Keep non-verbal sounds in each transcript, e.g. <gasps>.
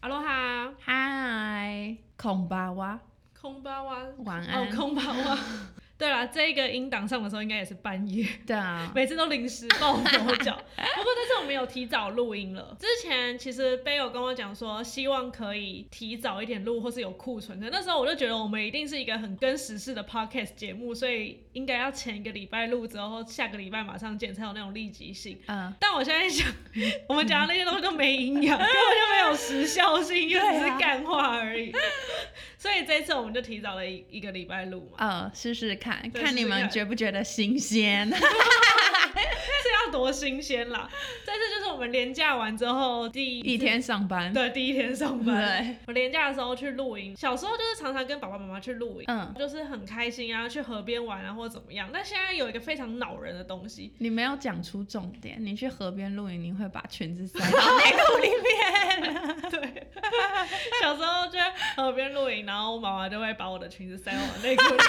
阿罗哈，嗨，孔巴哇，空巴哇，晚安。哦，空巴 <laughs> 哇。对了，这个音档上的时候应该也是半夜， <laughs> 对啊，每次都临时抱佛 <laughs> 脚。不过这次我们有提早录音了。之前其实贝有跟我讲说，希望可以提早一点录，或是有库存。可那时候我就觉得我们一定是一个很跟时事的 podcast 节目，所以应该要前一个礼拜录，之后下个礼拜马上见，才有那种立即性。嗯，但我现在想，我们讲的那些东西都没营 <laughs> 养，根本就没有时效性，就只对是啊干话而已。所以这一次我们就提早了一一个礼拜录嘛，呃，试试看，对看你试试们看觉不觉得新 <laughs> 鲜？ <laughs> 这要多新鲜啦！这次就是我们连假完之后第一天上班，对第一天上班。对，我连假的时候去露营，小时候就是常常跟爸爸妈妈去露营，嗯，就是很开心啊，去河边玩啊或者怎么样。但现在有一个非常恼人的东西，你没有讲出重点。你去河边露营，你会把裙子塞到内裤里面。 <laughs> 对， <laughs> 小时候就在河边露营，然后我妈妈就会把我的裙子塞到我的内 <laughs> 裤里。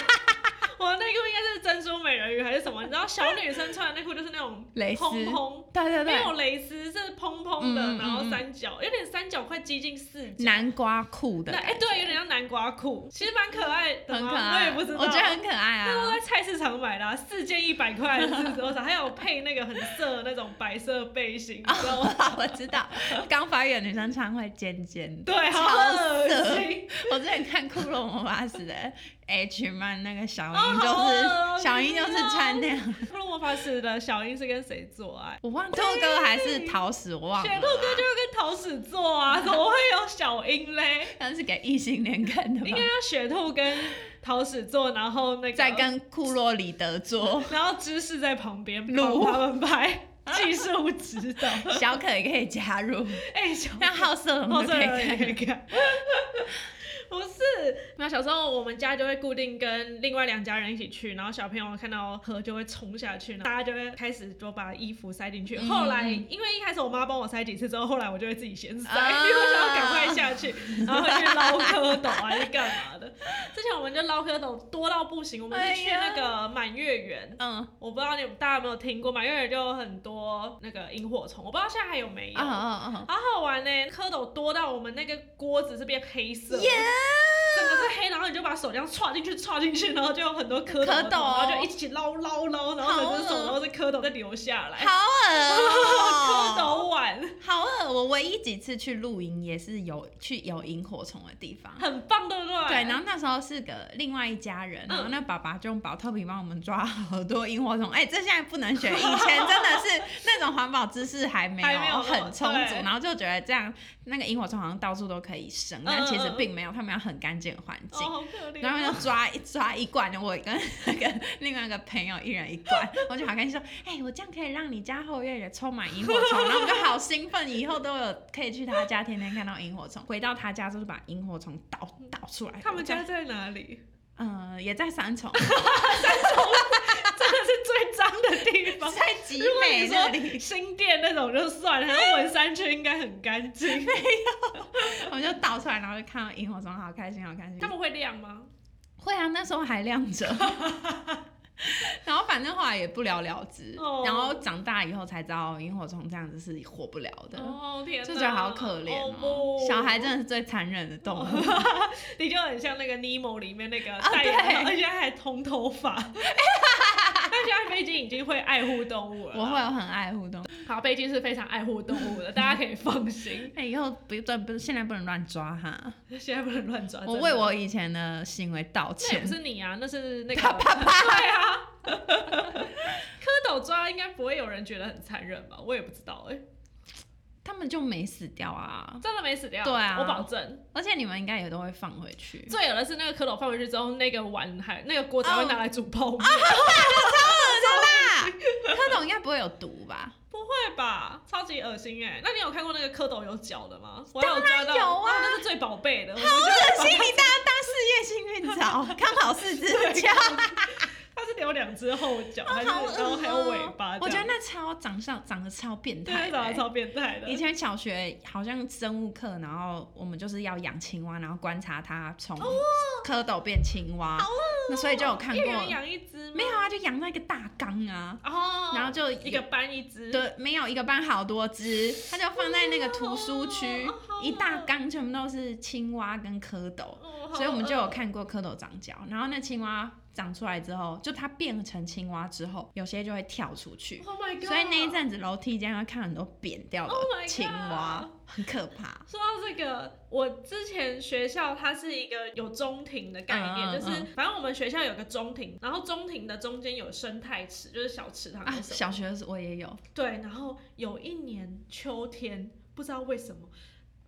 我的内裤应该是珍珠美人鱼还是什么？你知道小女生穿的内裤就是那种蕾丝蓬蓬，对对没有对，蕾丝，是蓬蓬的，嗯嗯嗯然后三角，有点三角快接近四角。南瓜裤的那哎、感觉，对，有点像南瓜裤，其实蛮可爱的很嘛，可爱。啊我也不知道，我觉得很可爱那都啊。在菜市场买的、啊，四件一百块还是多少？ <laughs> 还有配那个很色的那种白色背心，你知道 <laughs> 吗？ <laughs> 我知道，刚发育的女生穿会尖尖的。对，好恶超色心。 <laughs> 我之前看《骷髅魔法使》的 H 曼，那个小哦樱就好是、恶小樱就是穿那样， 《骷髅魔法使》的小樱是跟谁做爱？我忘兔哥还是桃矢我忘雪了兔，哥就是跟桃矢做 <laughs> 啊，怎么会有小樱嘞？但是给异性恋看的应吧该？要雪兔跟桃矢做，然后那个 <laughs> 在，跟库洛里德 <laughs> 做，然后芝士在旁边录帮他们拍技术指导。 <laughs> 小可也可以加 <laughs> 入，哎、小那好色龙后就可以人也看。可以看。 <laughs> 不是，那小时候我们家就会固定跟另外两家人一起去，然后小朋友看到河就会冲下去，然后大家就会开始就把衣服塞进去。嗯后来因为一开始我妈帮我塞几次之后，后来我就会自己先塞，啊因为我想要赶快下去，然后去捞蝌蚪啊还是干嘛的。之前我们就捞蝌蚪多到不行，我们是去哎呀那个满月园，嗯，我不知道你们大家有没有听过，满月园就有很多那个萤火虫，我不知道现在还有没有。哦哦哦，好好玩呢、蝌蚪多到我们那个锅子是变黑色的耶！整个是黑，然后你就把手这样戳进去，戳进去，然后就有很多蝌蚪的头，蝌蚪然后就一起捞捞捞，然后整只手好都是蝌蚪在流下来。好蝌恶哦，蚪碗哎 <laughs> 好恶！哦我唯一几次去露营也是有去有萤火虫的地方。很棒，对不嗯对？对，然后那时候是个另外一家人，然后那爸爸就用保特瓶帮我们抓好多萤火虫。哎、这现在不能学，以前真的是 <laughs> 那种环保知识还没还没有有很充足对，然后就觉得这样那个萤火虫好像到处都可以生，嗯但其实嗯嗯并没有，他们要很干净的环境。哦，好可怜。然后就抓一抓一罐，我跟 <laughs> 那个另外一个朋友一人 <laughs> 一罐，我就好开心说，哎、我这样可以让你家后院也充满萤火虫，然后我就好兴奋，以后都有可以去他家天天看到萤火虫。回到他家就是把萤火虫倒倒出来，他们我家就，在哪 <laughs> 里？嗯，也在 <laughs> 三重，真的是最脏的地方。在集如果美你那里，说新店那种就算了，然后文山区应该很干 <laughs> 净。我就倒出来，然后就看到萤火虫，好开心，好开心他。们会亮吗？会啊，那时候还亮着。 <laughs> 然后反正后来也不了了之哦然后长大以后才知道萤火虫这样子是活不了的。哦天哪，就觉得好可怜哦，不小孩真的是最残忍的动物。哦你就很像那个《尼莫》里面那个啊戴眼镜，对而且还通头发。 <laughs> 但现在贝金已经会爱护动物了啦。 <laughs> 我会啊有很爱护动物，好，贝金是非常爱护动物的，大家可以放心。 <laughs> 哎、以后不对，不现在不能乱抓哈。现在不能乱抓。我哦真的哦为我以前的行为道那也歉不。是你啊，那是那个啪啪对啊。蝌蚪抓应该不会有人觉得很残忍吧？我也不知道哎、他们就没死掉啊，真的没死掉。对啊我保证。而且你们应该也都会放回去。最有的是那个蝌蚪放回去之后，那个碗还那个锅子还哦会拿来煮泡面，啊 <laughs> 真的啦，蝌蚪应该不会有毒吧？不会吧？超级恶心哎、那你有看过那个蝌蚪有脚的吗？我还有抓到，当然有啊他们那是最宝贝的。我好们就 <laughs> 恶心！你大家当事业幸运草，刚好四只脚，它是留两只后脚，还是好恶然后还有尾哦巴这样？我觉得那超长相长得超变态对，啊长得的。欸超变态的以。前小学好像生物课，然后我们就是要养青蛙，然后观察它从哦蝌蚪变青蛙，那所以就有看一过，人养一只吗没有啊，就养那个大缸啊，哦，然后就一个班一只，对，没有一个班好多只，它就放在那个图书区哦好恶，一大缸全部都是青蛙跟蝌蚪，哦，所以我们就好有恶看过蝌蚪长脚，然后那青蛙长出来之后，就它变成青蛙之后，有些就会跳出去， Oh my god！所以那一阵子楼梯间会看很多扁掉的 Oh my god 青蛙，很可怕。说到这个，我之前学校它是一个有中庭的概念，嗯嗯就是嗯反正我们学校有个中庭，然后中庭的中间有生态池，就是小池塘啊，那种。小学的时候我也有，对，然后有一年秋天，不知道为什么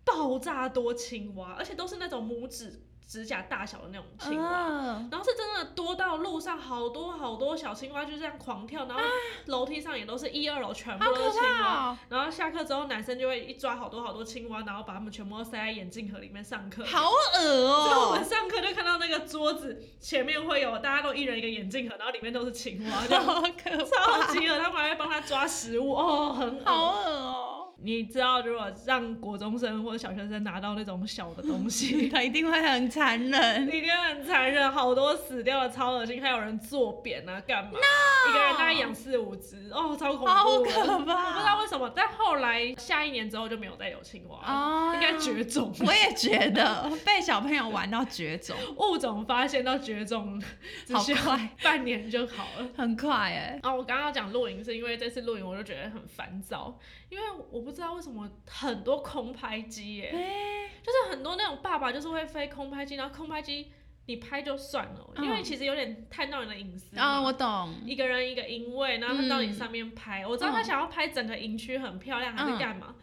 爆炸多青蛙，而且都是那种拇指指甲大小的那种青蛙。嗯，然后是真的多到路上好多好多小青蛙就这样狂跳，然后楼梯上也都是一二楼全部啊好都是可青蛙，怕哦，然后下课之后，男生就会一抓好多好多青蛙，然后把它们全部都塞在眼镜盒里面上课。好恶所以我哦们。上课就看到那个桌子前面会有大家都一人一个眼镜盒，然后里面都是青蛙，这样好可超怕，级恶。他们还会帮他抓食物，哦，很好好。恶哦！你知道，如果让国中生或者小学生拿到那种小的东 <laughs> 西，他一定会很残忍。一定很残忍，好多死掉了，超恶心。还有人坐扁啊，干嘛一个人大概养四五只，哦，超恐怖，好可我不知怕！道为什么，但后来下一年之后就没有再有青蛙了。哦应该绝种，我也觉得被小朋友玩到绝种，物种发现到绝种，只好需要快， <laughs> 半年就好了。很快哎、哦然后我刚刚讲露营是因为这次露营我就觉得很烦躁，因为我不知道为什么很多空拍机耶、哎就是很多那种爸爸就是会飞空拍机，然后空拍机你拍就算了，嗯因为其实有点探到你的隐私嘛。啊、我嗯懂，一个人一个营位，然后他到你上面拍，我知嗯道他想要拍整个营区很漂亮，还是干嘛？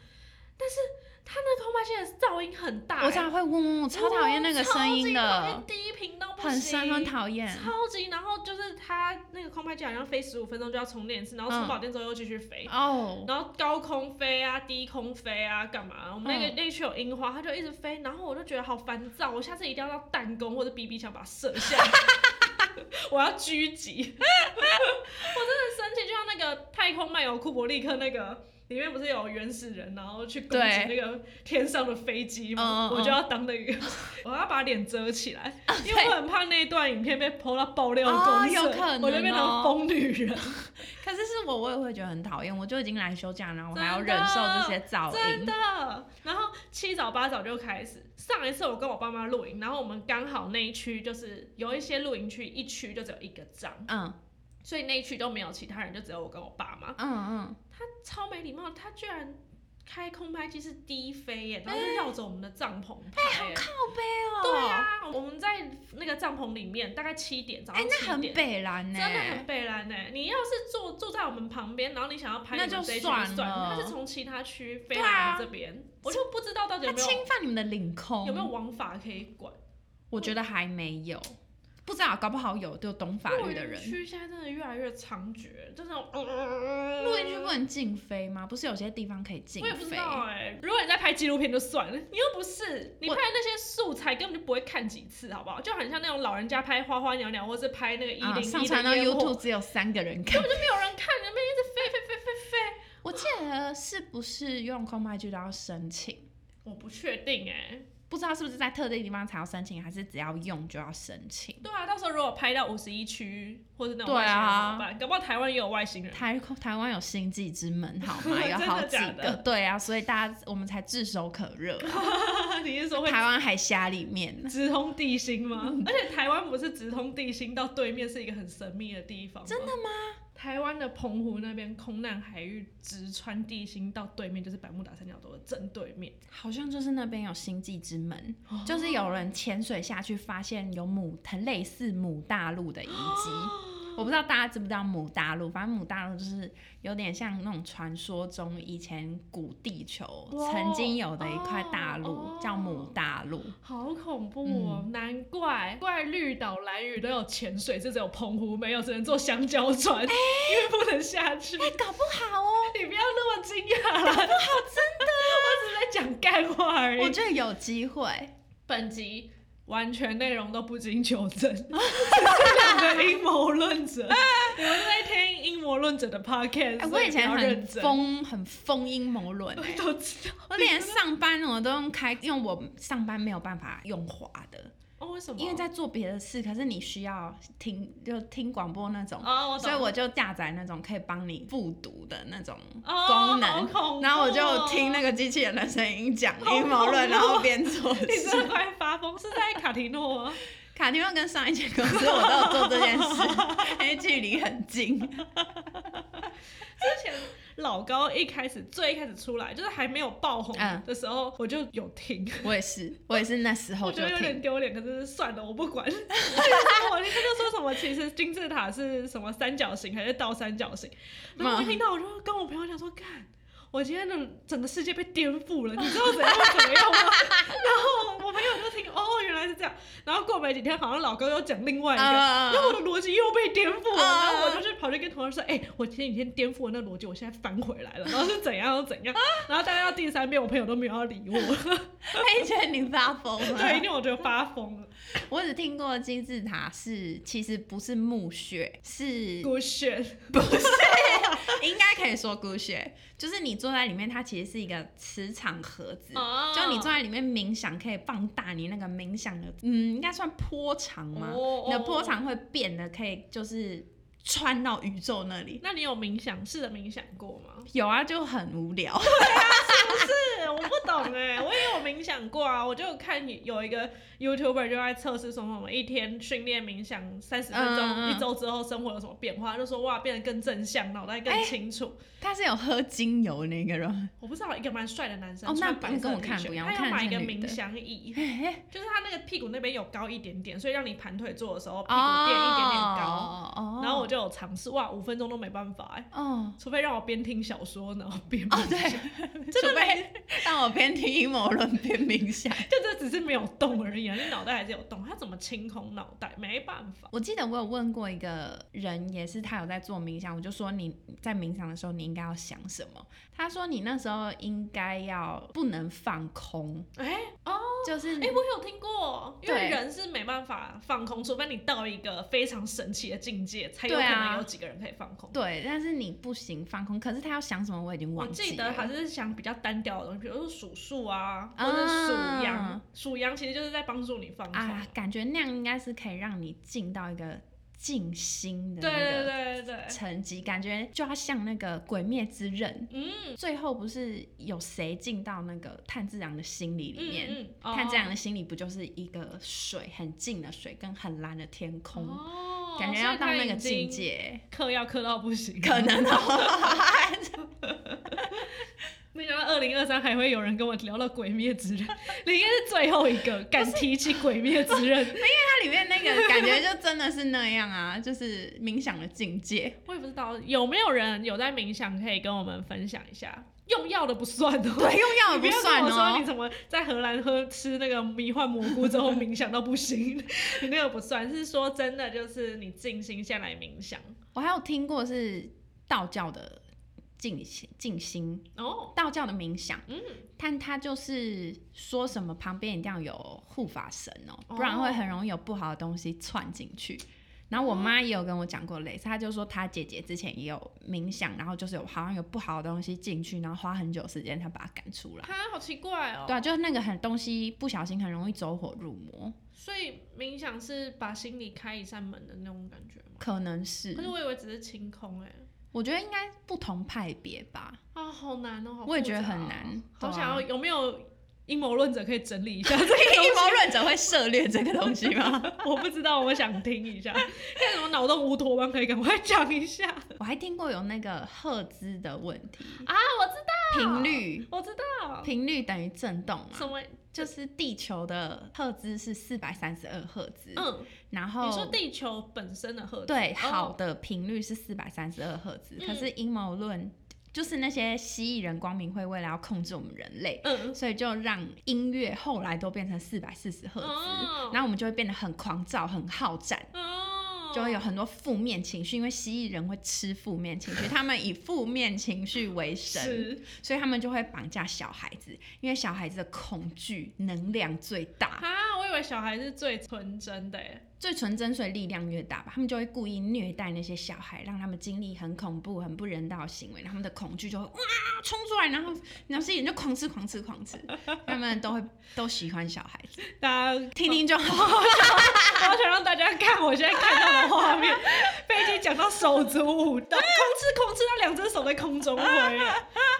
但是他那空拍机的噪音很大、欸我常常会嗡嗡，我超讨厌那个声音超级讨的厌，低频到不行，很深，很讨厌。超级。然后就是它那个空拍机好像飞十五分钟就要充电一次，然后充饱电之后又继续飞。哦，然后高空飞啊，低空飞啊，干嘛？我们那个、嗯那一区有樱花，它就一直飞，然后我就觉得好烦躁，我下次一定要到弹弓或者 BB 枪把它射下 <laughs> 来，我要狙击。我真的生气，就像那个《太空漫游库伯利克》那个。里面不是有原始人，然后去攻击对那个天上的飞机嗯吗？嗯啊我就要当那个， <laughs> 我要把脸遮起来，对因为我很怕那一段影片被剖到爆料哦公社，有可能我就变哦成疯女人。可是是我，我也会觉得很讨厌。我就已经来休假，然后我真的还要忍受这些噪真音的。然后七早八早就开始。上一次我跟我爸妈露营，然后我们刚好那一区就是有一些露营区，一区就只有一个帐，嗯所以那一区都没有其他人，就只有我跟我爸妈。嗯他超没礼貌，他居然。开空拍机是低飞耶，然后就绕着我们的帐篷拍耶、嗯，对，啊，我们在那个帐篷里面，大概七点早哎、上那七很点，北蓝欸呢、真的很北蓝呢。你要是坐坐在我们旁边，然后你想要拍，那就算算了他是从其他区飞对来啊我们这边，我就不知道到底有它没有侵犯你们的领空，有没有？王法可以管。我觉得还没有，不知道，搞不好有就懂法露律营的人。区现在真的越来越猖獗，就是那种呃露营区不能禁飞吗？不是有些地方可以禁我也不知飞？道哎、如果你在拍纪录片就算了，你又不是你我拍那些素材根本就不会看几次，好不好？就很像那种老人家拍花花鸟鸟，或是拍那个一啊，零上一传到的烟火， YouTube 只有三个人看。 <laughs> 就没有人看，人们一直飞飞飞飞飞。我记得是不是用空拍剧都要申请？我不确定哎、不知道是不是在特定地方才要申请，还是只要用就要申请？对啊，到时候如果拍到五十一区或者那种对外星人怎啊么办？搞不好台湾也有外星人。台台湾有星际之门，好吗？真的有好几假个的，对啊，所以大家我们才炙手可热啊、你是说会台湾海峡里面，直通地心 <laughs> 吗？而且台湾不是直通地心，到对面是一个很神秘的地方。真的吗？台湾的澎湖那边空难海域直穿地心，到对面就是百慕达三角洲的正对面。好像就是那边有星际之门，就是有人潜水下去发现有母类似母大陆的遗迹。 <gasps> 我不知道大家知不知道母大陆，反正母大陆就是有点像那种传说中以前古地球哇曾经有的一块大陆，哦叫母大陆。 <gasps> 好恐怖哦！难怪怪绿岛、蓝屿都有潜水，就只有澎湖没有，只能坐香蕉船，因为不能下去。哎、搞不好哦，你不要那么惊讶啦，好真的、啊 <laughs> 我只是在讲干话而我已。觉得有机会。本集完全内容都不经求证， <laughs> 只是两个阴谋论者。你们是在听阴谋论者的 podcast？、哎，我以前所不要认很真，疯，很疯阴 <laughs> 谋论、我欸，都知道。我连上班我都用开，因为我上班没有办法用滑的，哦，为什么？因为在做别的事，可是你需要听就听广播那种，哦，我懂所以我就下载那种可以帮你复读的那种哦功能，好恐怖然后我就听那个。个机器人的声音讲好阴谋恐论，怖哦然后边 <laughs> 做你真的事。快发疯，是在卡提诺吗？ <laughs> 卡迪奥跟上一间公司我都有做这件事， <laughs> 因为距离很近。之前老高一开始最一开始出来，就是还没有爆红嗯的时候，我就有听，我也是，我也是那时候我就觉得有听点。丢脸，可是算了，我不管。 <laughs> 我听他就说什么，其实金字塔是什么三角形还是倒三角形，然后我一嗯听到我就跟我朋友讲说，干。我今天的整个世界被颠覆了，你知道怎样会怎么样吗？ <laughs> 然后我朋友就听，哦，原来是这样。然后过没几天，好像老高又讲另外一个，嗯嗯嗯然后我的逻辑又被颠覆了。嗯嗯然后我就是跑去跟同事说，哎、我前几天颠覆了那逻辑，我现在翻回来了， <laughs> 然后是怎样又怎样。然后大概到第三遍，我朋友都没有要理我，<laughs> <laughs> 他一觉得你发疯了。对，因为我觉得发疯了。我只听过金字塔是其实不是墓穴，是 Good shit。应该可以说孤穴，就是你坐在里面，它其实是一个磁场盒子。哦就你坐在里面冥想，可以放大你那个冥想的，嗯，应该算波长吗？哦你的哦波哦长会变得，可以就是穿到宇宙那里。那你有冥想，试着冥想过吗？ <laughs> 有啊，就很无聊。 <laughs> 是，我不懂哎、我也有冥想过啊。我就有看有一个 YouTuber 就在测试说什么一天训练冥想三十分钟，嗯嗯嗯一周之后生活有什么变化，就说哇变得更正向，脑袋更哎清楚。他是有喝精油那个人，我不知道一个蛮帅的男生，哦那穿白色跟我的看 T 恤不一样我他看要买一的个是女冥的想椅，嘿嘿就是他那个屁股那边有高一点点，所以让你盘腿坐的时候屁股哦垫一点点高。哦然后我就有尝试，哇，五分钟都没办法哎、哦除非让我边听小说然后边哦冥对想，真的除非让我边听阴谋论边冥想。就这只是没有动而已啊，你脑袋还是有动，他怎么清空脑袋？没办法。我记得我有问过一个人，也是他有在做冥想，我就说你在冥想的时候你应该要想什么？他说你那时候应该要不能放空，哎、哦，就是哎、我有听过，因为对人是没办法放空，除非你到一个非常神奇的境界，才有对可啊能有几个人可以放空。对，但是你不行放空。可是他要想什么我已经我忘记了。记得还是想比较单调的东西，比如说数数啊，啊或者数羊。数羊其实就是在帮助你放空。啊，感觉那样应该是可以让你进到一个静心的对对那个对对对，层级，感觉就要像那个《鬼灭之刃》。嗯，最后不是有谁进到那个炭治郎的心里里面？嗯嗯、看这样哦的心里不就是一个水很静的水跟很蓝的天空，哦感觉要到那个所以他已境，界，经嗑药嗑到不行，可能哦。没想到二零二三还会有人跟我聊到《鬼灭之刃》，你应该是最后一个敢提起《鬼灭之刃》。它里面那个感觉就真的是那样啊，就是冥想的境界。 <laughs> 我也不知道有没有人有在冥想，可以跟我们分享一下。用药的不算哦，对，用药也你 <laughs> 不不要算跟我说你哦。怎么在荷兰喝吃那个迷幻蘑菇之后冥想到不行， <laughs> 你那个不算。是说真的，就是你静心下来冥想我还有听过是道教的静心，静心，哦，道教的冥想，嗯，但它就是说什么旁边一定要有护法神哦，不然会很容易有不好的东西窜进去。然后我妈也有跟我讲过类似，她就说她姐姐之前也有冥想，然后就是有好像有不好的东西进去，然后花很久时间才把它赶出来。它好奇怪哦。对啊，就是那个很东西不小心很容易走火入魔，所以冥想是把心里开一扇门的那种感觉吗？可能可是是。我以为只是清空哎、我觉得应该不同派别 <laughs> 吧。啊，好难哦，好我也觉得复杂很哦难好对啊想要有没有阴谋论者可以整理一下 <laughs> 这这个阴谋论者会涉猎这个东西吗？个？我不知道，我想听一下， <laughs> 看什么脑洞乌托邦可以赶快讲一下 <laughs> 我还听过有那个赫兹的问题，啊！我知频率我知道频率等于振动嘛，什么，就是地球的赫兹是四百三十二赫兹，嗯，然后你说地球本身的核子哦对哦好的频率是四百三十二赫兹，嗯可是阴谋论就是那些蜥蜴人光明会为了要控制我们人类，嗯所以就让音乐后来都变成四百四十赫兹，哦然后我们就会变得很狂躁、很好战。哦，就会有很多负面情绪，因为蜥蜴人会吃负面情绪，他们以负面情绪为生，是所以他们就会绑架小孩子，因为小孩子的恐惧能量最大。啊，我以为为小孩是最纯真的耶，最纯真，所以力量越大吧。他们就会故意虐待那些小孩，让他们经历很恐怖、很不人道的行为，然后他们的恐惧就会哇冲出来，然后 <laughs> 然后是人就狂吃、狂吃、狂吃。他们都会都喜欢小孩子，大家听听就好。我想让大家看我现在看到的画面，被已经讲到手足舞蹈，空吃空吃，他两只手在空中挥。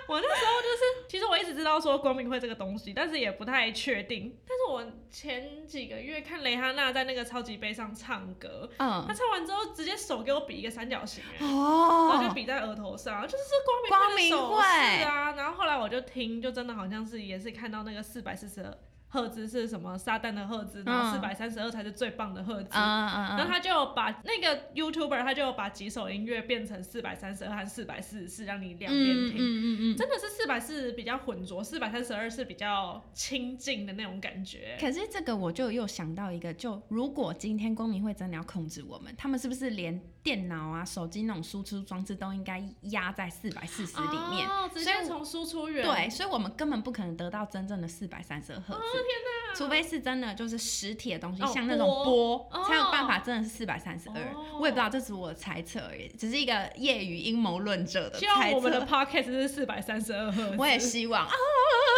我那时候就是，其实我一直知道说光明会这个东西，但是也不太确定。但是我前几个月看蕾哈娜在那个超级杯上唱歌，她嗯，唱完之后直接手给我比一个三角形、欸。然后就哦，比在额头上，就是光光明会的明手会势啊。然后后来我就听，就真的好像是也是看到那个四百四十赫兹是什么撒旦的赫兹，然后四嗯百三十二才是最棒的赫兹。嗯然后嗯他就有把那个 YouTuber，他就有把几首音乐变成四百三十二和四百四十四，让你两边嗯听。嗯嗯嗯。真的是四百四比较浑浊，四百三十二是比较清静的那种感觉。可是这个我就又想到一个，就如果今天公民会真的要控制我们，他们是不是连电脑啊、手机那种输出装置都应该压在四百四十里面？哦、直接所以我从输出哦源啊对，所以我们根本不可能得到真正的四百三十赫兹。除非是真的就是实体的东西，哦像那种波啊波，哦才有办法真的是四百三十二哦。我也不知道，这只是我的猜测而已，只是一个业余阴谋论者的希望猜我们的测。 podcast 是四百三十二赫兹。我也希望，啊， <laughs>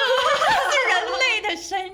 是人类的声音。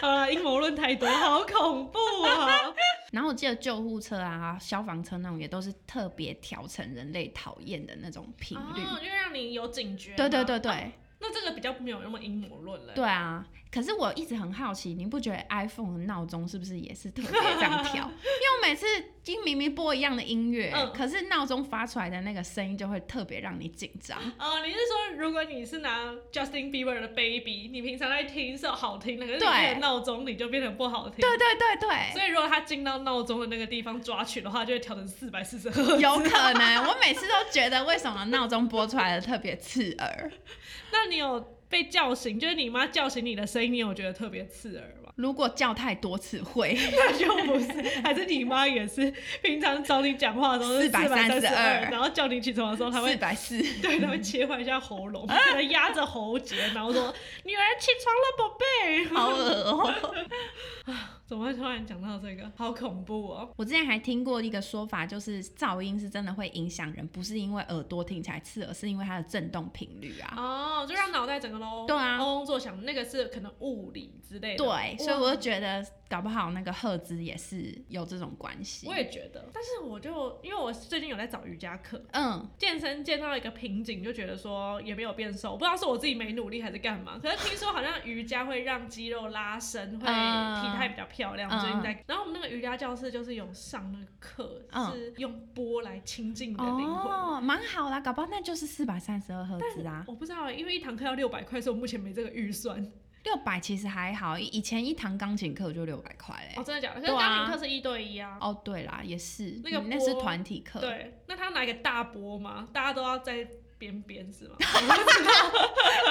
好了，阴谋论太多，好恐怖 <laughs> 啊！然后我记得救护车啊、消防车那种也都是特别调成人类讨厌的那种频率。哦，就让你有警觉。对对，对对、那这个比较没有那么阴谋论了。对啊！可是我一直很好奇，你不觉得 iPhone 的闹钟是不是也是特别这 <laughs> 样调？因为我每次听明明播一样的音乐，嗯可是闹钟发出来的那个声音就会特别让你紧张。哦，你是说如果你是拿 Justin Bieber 的 Baby，你平常在听是好听的，可是你对变成闹钟你就变成不好听。对对对对。所以如果他进到闹钟的那个地方抓取的话，就会调成四百四十赫。有可能，我每次都觉得为什么闹钟播出来的特别刺耳。 <laughs> 那你有被叫醒，就是你妈叫醒你的声音，你有觉得特别刺耳吗？ <laughs> 如果叫太多次会，那就不是，还是你妈也是平常找你讲话的时候是432 432然后叫你起床的时候，她四会百四，对，他会切换一下喉咙，可能压着喉结，然后说：“女儿起床了，宝贝。”好恶哦、怎么会突然讲到这个？好恐怖哦！我之前还听过一个说法，就是噪音是真的会影响人，不是因为耳朵听起来刺耳，是因为它的振动频率啊。哦，就让脑袋整个都对啊嗡嗡作响，那个是可能物理之类的。对，所以哇我就觉得搞不好那个赫兹也是有这种关系。我也觉得，但是我就因为我最近有在找瑜伽课，嗯，健身见到一个瓶颈，就觉得说也没有变瘦，不知道是我自己没努力还是干嘛。可是听说好像瑜伽会让肌肉拉伸，会嗯体态比较漂亮。嗯最近在，然后我们那个瑜伽教室就是有上那个课，嗯是用波来亲近你的灵魂。哦，蛮好啦，搞不好那就是四百三十二赫兹啊，我不知道欸，因为一堂课要六百块，所以我目前没这个预算。六百其实还好，以以前一堂钢琴课就六百块嘞哦，。真的假的？可是对啊钢琴课是一对一啊。哦，对啦，也是，那个嗯那是波团体课，对，那他拿一个大波吗？大家都要在边边 <laughs> 是吗？ <laughs>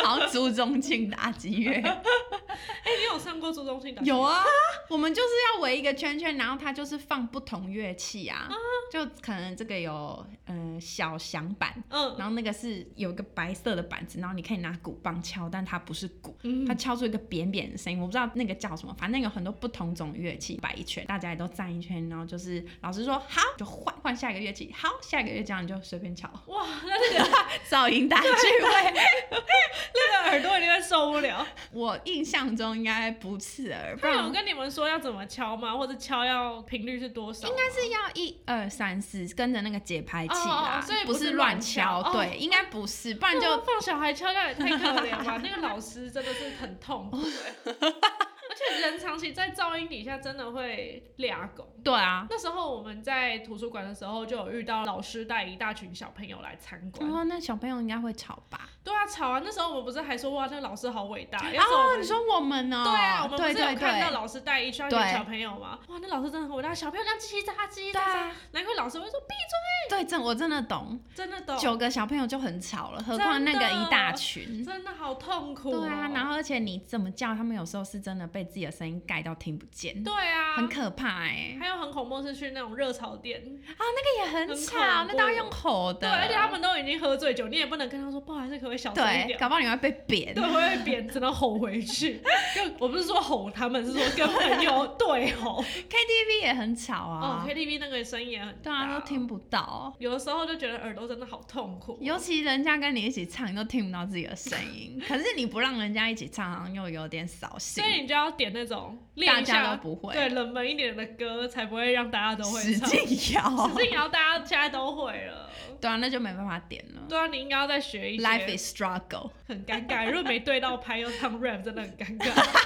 好像朱宗庆打击乐。哎、你有上过朱宗庆的？有啊，我们就是要围一个圈圈，然后它就是放不同乐器啊，就可能这个有呃小响板，嗯，然后那个是有一个白色的板子，然后你可以拿鼓棒敲，但它不是鼓。嗯它敲出一个扁扁的声音，我不知道那个叫什么，反正有很多不同种乐器摆一圈，大家也都站一圈，然后就是老师说好就换换下一个乐器，好下一个乐器，这样你就随便敲，哇，那那个噪音大聚会。那个耳朵一定会受不了。我印象中应该不刺耳，不他然有跟你们说要怎么敲吗？或者敲要频率是多少吗？应该是要一二三四跟着那个节拍器哦哦啦，哦所以不不是是乱乱敲敲，哦对，应该不是，不然那我就放小孩敲掉也太可怜了 <laughs> 吧！那个老师真的是很痛苦、欸， <laughs> 而且人长期在噪音底下真的会俩狗。对啊。那时候我们在图书馆的时候，就有遇到老师带一大群小朋友来参观。然后哦那小朋友应该会吵吧？对啊，吵啊！那时候我们不是还说哇，那个老师好伟大，哎要是我哦，们你说我们呢？啊对啊，我们不对是有对看到对，老师带一圈对小朋友吗？哇，那老师真的很伟大，小朋友这样叽叽喳喳，叽叽喳对啊喳，难怪老师会说闭对，真我真的懂，嘴，真的懂，九个小朋友就很吵了，何真况那个的一大群。真的好痛苦、哦。啊对啊，然后而且你怎么叫他们，有时候是真的被自己的声音盖盖到听不见，对啊，很可怕哎、还有很恐怖是去那种热炒店，啊，那个也很很吵，恐那都要怖用吼的，对，而且他们都已经喝醉酒，你也不能跟他说不好意思，可不可以小声一对，点？搞不好你会被扁对，。会被扁，只能吼回去。就我不是说吼他们，是说跟朋 <laughs> 友对吼。 KTV 也很吵哦啊， ，KTV 那个声音也很对大，哦啊，都听不到。有的时候就觉得耳朵真的好痛苦。尤其人家跟你一起唱，你都听不到自己的声 <laughs> 音。可是你不让人家一起唱，好像又有点扫兴所。以你就要点那种大练一家下，都不会，对冷门一点的歌，才不会让大家都会使唱。劲摇。使劲摇，大家现在都会了。对啊，那就没办法点了。对啊，你应该要再学一些。 Life is struggle，很尴尬，如果没对到拍又唱 rap，真的很尴 <laughs> 尬。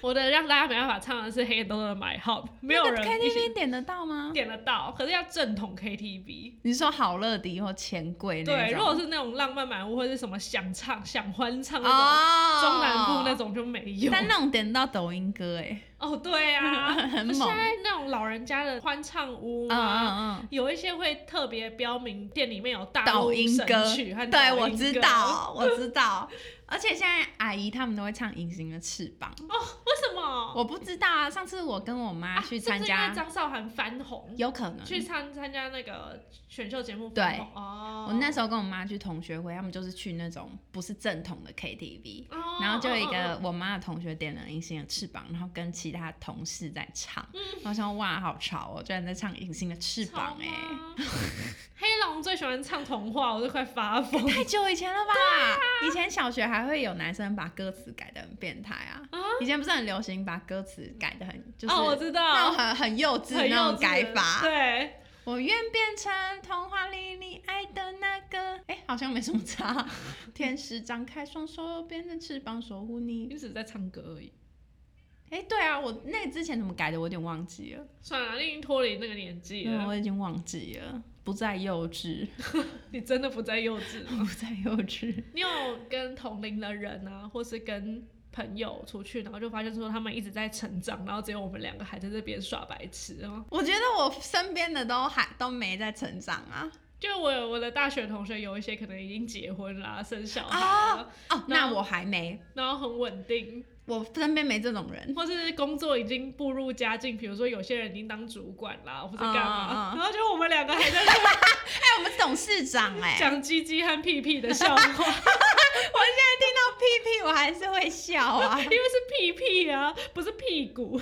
我的让大家没办法唱的是《黑豆的 My Hop》，没有那个人一起 KTV 点得到吗？点得到，可是要正统 KTV。你说好乐迪或钱柜那对，种如果是那种浪漫满屋或是什么想唱、想欢唱那种、哦，中南部那，种就没有。但那种点到抖音歌哎，哦，对啊，很不是猛现在那种老人家的欢唱屋嗯嗯吗？嗯，有一些会特别标明店里面有大抖陆音神歌，曲和对抖音我知歌。道，我知道。而且现在阿姨她们都会唱《隐形的翅膀》，为什么？我不知道啊。上次我跟我妈哦啊去是不是参因加为，张韶涵翻红，有可能去参参加那个选秀节目对翻红哦。我那时候跟我妈去同学会，他们就是去那种不是正统的 KTV，候，哦、然后就有一嗯，个我妈的同学点了《隐形的翅膀》，然后跟其他同事在唱，嗯然后想哇好潮哦，居然在唱《隐形的翅膀》哎、哎，黑龙最喜欢唱童话，我都快发疯。太久以前了吧？啊以前小学还会有男生把歌词改的很变态啊！啊以前不是很流行把歌词改的很就是、哦，我知那道种，很很幼稚很幼那种稚改法。对，我愿变成童话里你爱的那个，哎、好像没什么 <laughs> 差。天使张开双手，变成翅膀守护你。你只是在唱歌而已。哎、对啊，我那之前怎么改的，我有点忘记了，算了，你已经脱离那个年纪因为了，我已经忘记了，不再幼稚， <laughs> 你真的不再幼稚了。不再幼稚。 <laughs> 你有跟同龄的人啊，或是跟朋友出去，然后就发现说他们一直在成长，然后只有我们两个还在这边耍白痴吗？我觉得我身边的都还都没在成长啊。就我有我的大学同学有一些可能已经结婚啦、生小孩啊了，哦，那我还没，然后很稳定，我身边没这种 <laughs> 人。或是工作已经步入佳境，比如说有些人已经当主管啦，或是干嘛嗯嗯嗯然后就我们两个还在那哎、我们是董事长哎、讲鸡鸡和屁屁的笑话，<laughs> 我现在听到屁屁，我还是会笑啊。因为是屁屁啊，不是屁股，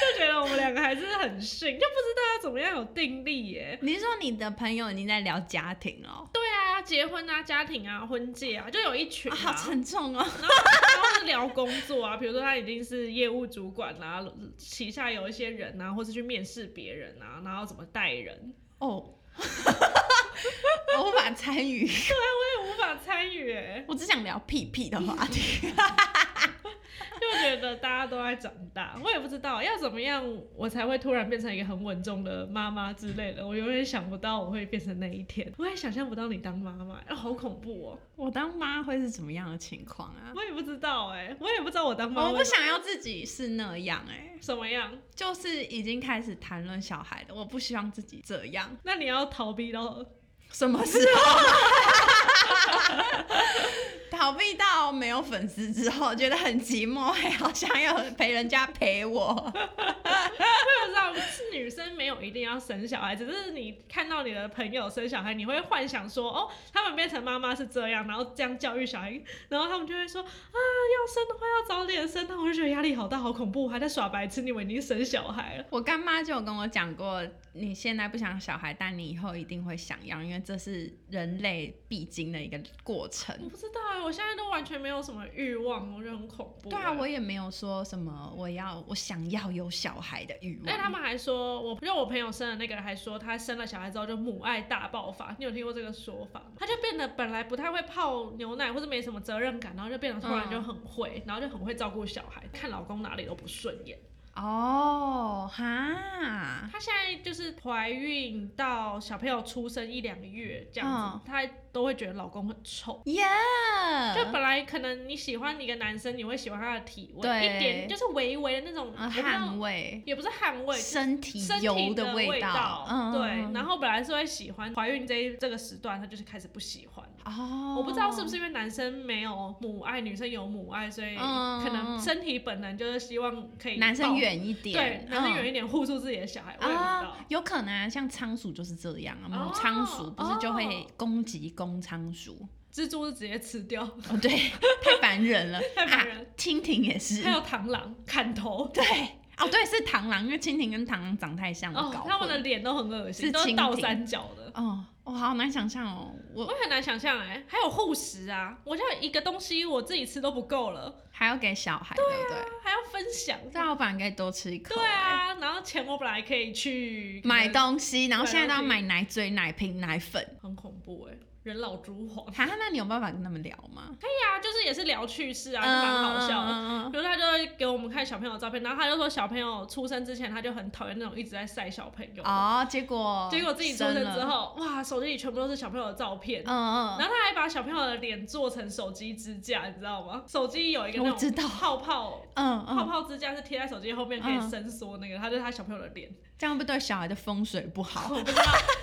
就觉得我们两个还是很逊，就不知道要怎么样有定力耶。你是说你的朋友已经在聊家庭了哦？对啊，结婚啊、家庭啊、婚戒啊，就有一群、啊好沉重哦。然后然后是聊工作啊，比如说他已经是业务主管啦、旗下有一些人啊，或是去面试别人啊，然后怎么带人，哦， <laughs> 我无法参与，啊我也无法参与、欸，我只想聊屁屁的话题。就觉得大家都在长大，我也不知道要怎么样我才会突然变成一个很稳重的妈妈之类的，我永远想不到我会变成那一天，我也想象不到你当妈妈，啊，好恐怖哦、我当妈会是怎么样的情况啊？我也不知道哎、我也不知道我当妈妈我不会想要自己是那样哎、什么样，就是已经开始谈论小孩了，我不希望自己这样。那你要逃避到什么时候？ <laughs> 逃避到没有粉丝之后，觉得很寂寞，还好想要陪人家陪我。不知道欸是女生没有一定要生小孩，只是你看到你的朋友生小孩，你会幻想说，哦，他们变成妈妈是这样，然后这样教育小孩，然后他们就会说，啊，要生的话要早点生，但我就觉得压力好大，好恐怖，还在耍白痴，你以为你是生小孩了？我干妈就有跟我讲过，你现在不想要小孩，但你以后一定会想要，因为这是人类必经的一个过程。我不知道啊，我现在都完全没有什么欲望，我觉得很恐怖。欸对啊，我。也没有说什么我要我想要有小孩的欲而且望。哎他们还说，我因为我朋友生的那个人还说，他生了小孩之后就母爱大爆发。你有听过这个说法吗？他就变得本来不太会泡牛奶或者没什么责任感，然后就变得突然就嗯很会，然后就很会照顾小孩，看老公哪里都不顺眼。哦哈，她现在就是怀孕到小朋友出生一两个月这样嗯子，她、都会觉得老公很臭。耶、就本来可能你喜欢一个男生，你会喜欢他的体味，对一点就是微微的那种，啊我不知道汗味。也不是汗味，身体身油体的味道，嗯，对。然后后本来是会喜欢，怀孕这一这个时段，她就是开始不喜欢，哦，我不知道是不是因为男生没有母爱，女生有母爱，所以嗯可能身体本能就是希望可以男生抱远一点，对男生远一一点护住自己的小孩，我也不知道啊。，有可能啊，像仓鼠就是这样啊，母哦仓鼠不是就会哦攻击公仓鼠？蜘蛛是直接吃掉，哦，对， <laughs> 太烦人了，太烦人啊。蜻蜓也是还，有螳螂砍头，对，哦，对，是螳螂，因为蜻蜓跟螳螂长太像了，搞哦，他们的混脸都很恶是心，都是蜻倒蜓三角的。哦，我好难想象哦，我我也很难想象哎、还有护食啊，我现在一个东西我自己吃都不够了，还要给小孩，对不对？啊还要分享。这老板该多吃一啊口、对，啊，然后钱我本来可以去买，东西，然后买现在都要东西买奶嘴、奶瓶、奶粉。很恐怖哎、人老珠黄。哈，那你有办法跟他们聊吗？对呀、就是也是聊趣事啊，就蛮好笑的。嗯嗯嗯比如他就会给我们看小朋友的照片，然后他就说小朋友出生之前他就很讨厌那种一直在晒小朋友的。哦，结果结果自己出生之了，后，哇，手机里全部都是小朋友的照片，嗯嗯，然后他还把小朋友的脸做成手机支架，你知道吗？手机有一个那我知种道泡泡嗯泡嗯，泡支架是贴在手机后面可以伸缩那个，它就是他小朋友的脸，这样会不会对小孩的风水不 <laughs> 好？我不知道，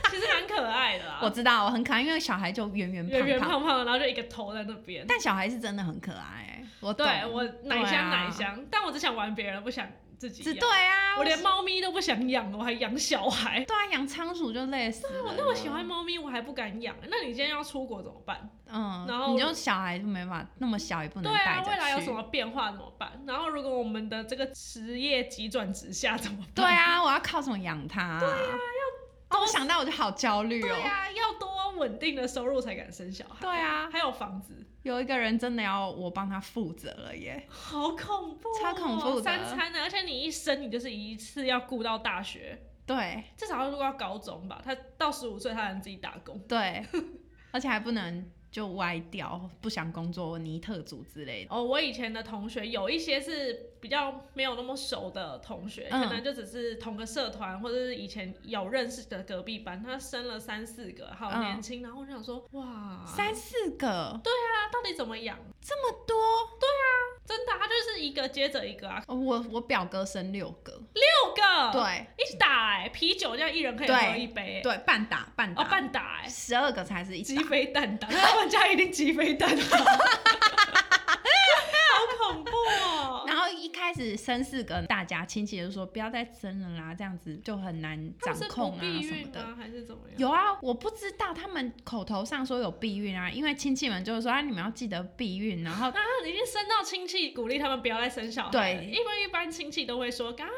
其实蛮可爱的啊我啦，知道，我很可爱，因为小孩就圆圆圆圆胖，胖胖的，然后就一个头在那边。但小孩是真的很可爱。我对懂我奶香对啊奶香，但我只想玩别人，不想自己只养。对啊，我连猫咪都不想养，我还养小孩。对啊，啊养仓鼠就累死了。我啊那么喜欢猫咪，我还不敢养。那你今天要出国怎么办？嗯，然后你就小孩就没办法，那么小也不能对带啊，着去。未来有什么变化怎么办？然后如果我们的这个职业急转直下怎么对办？啊，我要靠什么养它、对啊，要哦，我想到我就好焦虑 <laughs> 对哦。啊，要多稳定的收入才敢生小孩。对啊，还有房子，有一个人真的要我帮他负责了耶。好恐怖、哦超恐怖的三餐的，而且你一生你就是一次要顾到大学，对至少要顾到高中吧。他到十五岁，他能自己打工。 <laughs> 对，而且还不能就歪掉，不想工作尼特族之类的。哦，我以前的同学有一些是比较没有那么熟的同学，嗯可能就只是同个社团，或者是以前有认识的隔壁班，他生了三四个，好嗯年轻。然后我想说，哇，三四个，对，他到底怎么养？这么多。真的，他就是一个接着一个啊，哦我我表哥生六个，六个，，对一起打哎、啤酒这样一人可以对喝一杯、欸对，半打半哦，打，半打哎、十二、个才是一鸡打。飞蛋打，他们家一定鸡飞蛋 <laughs> 打，好恐怖哦！然后一开始生四个，大家亲戚就说不要再生了啦，这样子就很难他掌们是不控啊避什么孕的。吗？还是怎么样？有啊，我不知道他们口头上说有避孕啊，因为亲戚们就是说啊，你们要记得避孕，然 <laughs> 后啊，已经生到亲戚，鼓励他们不要再生小孩了。对因为一般亲戚都会说，啊，多生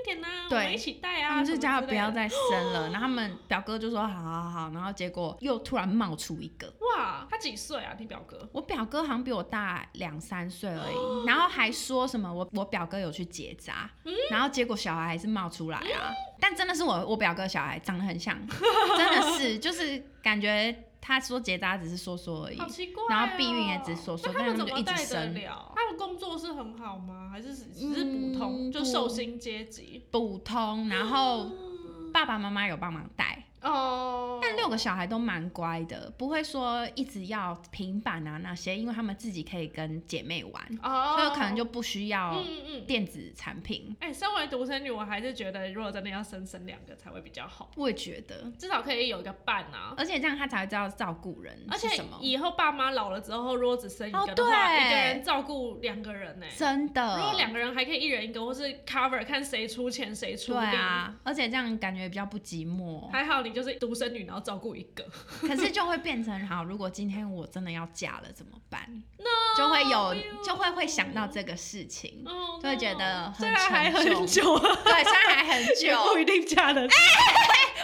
一点呐、我对们一起带他啊，们就什么叫他之不类要的再生了。然后他们表哥就说好好好，然后结果又突然冒出一个，哇，他几岁啊？你表哥？我表哥好像比我大两三岁而哦已，然后还说什么我我表哥有去结扎，嗯然后结果小孩还是冒出来啊，但真的是我我表哥小孩长得很像， <laughs> 真的是就是感觉他说结扎只是说说而已好，奇怪、哦。然后避孕也只是说说那他们但他怎们就么一直带得生了？他们工作是很好吗？还是只只是普通，嗯就不受薪阶级？普通，然后爸爸妈妈有帮忙带。哦，但六个小孩都蛮乖的，不会说一直要平板啊那些，因为他们自己可以跟姐妹玩，哦，所以可能就不需要嗯嗯嗯。电子产品。哎、身为独生女，我还是觉得如果真的要生生两个才会比较好，我也觉得，至少可以有一个伴啊。而且这样他才会知道照顾人而嗯是且什么，以后爸妈老了之后，如果只生一个哦的话，对一个人照顾两个人呢、真的。如果两个人还可以一人一个，或是 cover 看谁出钱谁出对力。啊，而且这样感觉比较不 <laughs> 寂寞。还好你就是独生女，然后照顾一 <laughs> 个，可是就会变成好，如果今天我真的要嫁了怎么办就会有就会会想到这个事情，哦，就会觉得很虽然还沉很重久啊，对，虽然还很 <laughs> 也久，不一定嫁 <laughs> 得出。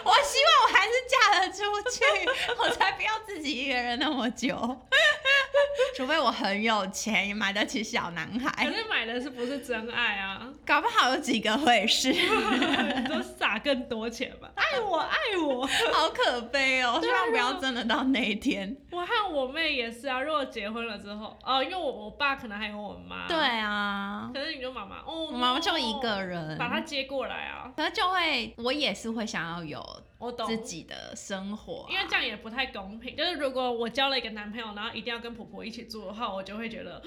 我希望我还是嫁得出去， <laughs> 我才不要自己一个人那么久。 <laughs> 除非我很有钱，也买得起小男可孩，是买的是不是真爱 <laughs> 啊？搞不好有几个会是，你就撒更多钱 <laughs> 吧，爱我爱我。好可悲啊哦！希望不要真的到那一天。我和我妹也是啊，如果结婚了之后，哦，因为我我爸可能还有我妈，对，啊，可是你就妈妈，哦，我妈妈就一个人，把她接过来啊，可是就会，我也是会想要有我懂，自己的生活啊、因为这样也不太公平。就是如果我交了一个男朋友，然后一定要跟婆婆一起住的话，我就会觉得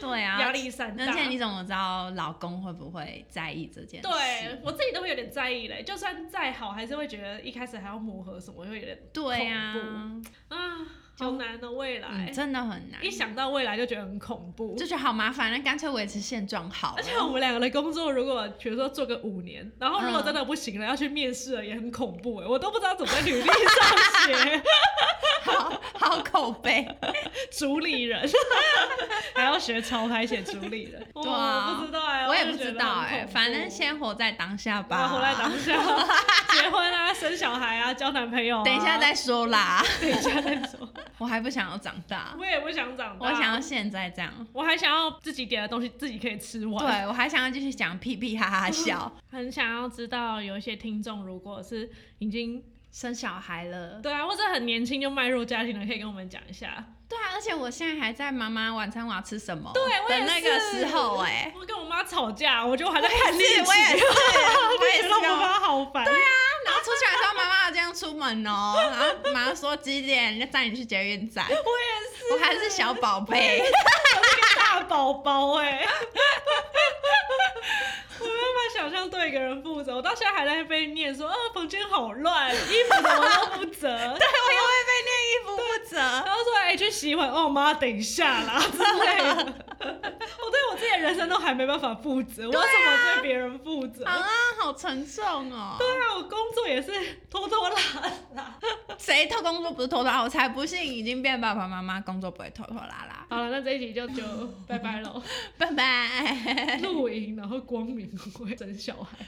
对啊，压力山大。而且你怎么知道老公会不会在意这件事？对我自己都会有点在意嘞，就算再好，还是会觉得一开始还要磨合什么，会有点对啊，啊，好难的未来啊嗯，。真的很难一，想到未来就觉得很恐怖，就觉得好麻烦，那干脆维持现状好了而。且我们两个的工作，如果比如说做个五年，然后如嗯果真的不行了，要去面试了，也很恐怖哎、我都不知道怎么在履历上写好好口碑，主理人， <laughs> 还要学潮牌写主理人。对啊 <laughs> 我不知道哎、我也就不觉知得道很哎、恐怖反正先活在当下我要吧。活在当下，结婚啊，生小孩啊，交男朋友、啊，等一下，再说啦，等一下再说。我还不想要长大， <laughs> 我也不想长大，我想要，现在这样。我还想要自己点的东西自己可以吃完。对，我还想要继续讲屁屁哈 <laughs> 哈哈笑，很想要知道有一些听众，如果是已经生小孩了。对啊，或者很年轻就迈入家庭的，可以跟我们讲一下。对啊，而且我现在还在妈妈晚餐我要吃什么对，我也的是那个时候哎、 <laughs> 我跟我妈吵架，我觉得我还在看是历史，我也是，啊我也觉是得跟 <laughs> 我我妈。妈好烦。对啊，然后出去的时候，妈妈要这样出门哦、然后妈妈说几点就带你去捷运站， <laughs> 我也是，我还是小宝 <laughs> 贝。大宝宝哎， <laughs> 我没办法想象对一个人负责，我到现在还在被念说，啊，房间好乱，衣服怎么都不折， <laughs> 然我也会被念衣服不折。后说哎、去洗碗，哦妈等一下啦 <laughs> 之类的。我对我自己的人生都还没办法负责，我要怎么对别人负责？啊，好沉重哦、对啊，我工作也是拖拖拉拉。谁偷工作不是偷偷拉？我才不信已经变爸爸妈妈，工作不会偷偷拉拉。好了，那这一集就就拜拜喽。拜拜。露营，然后光明会生小孩。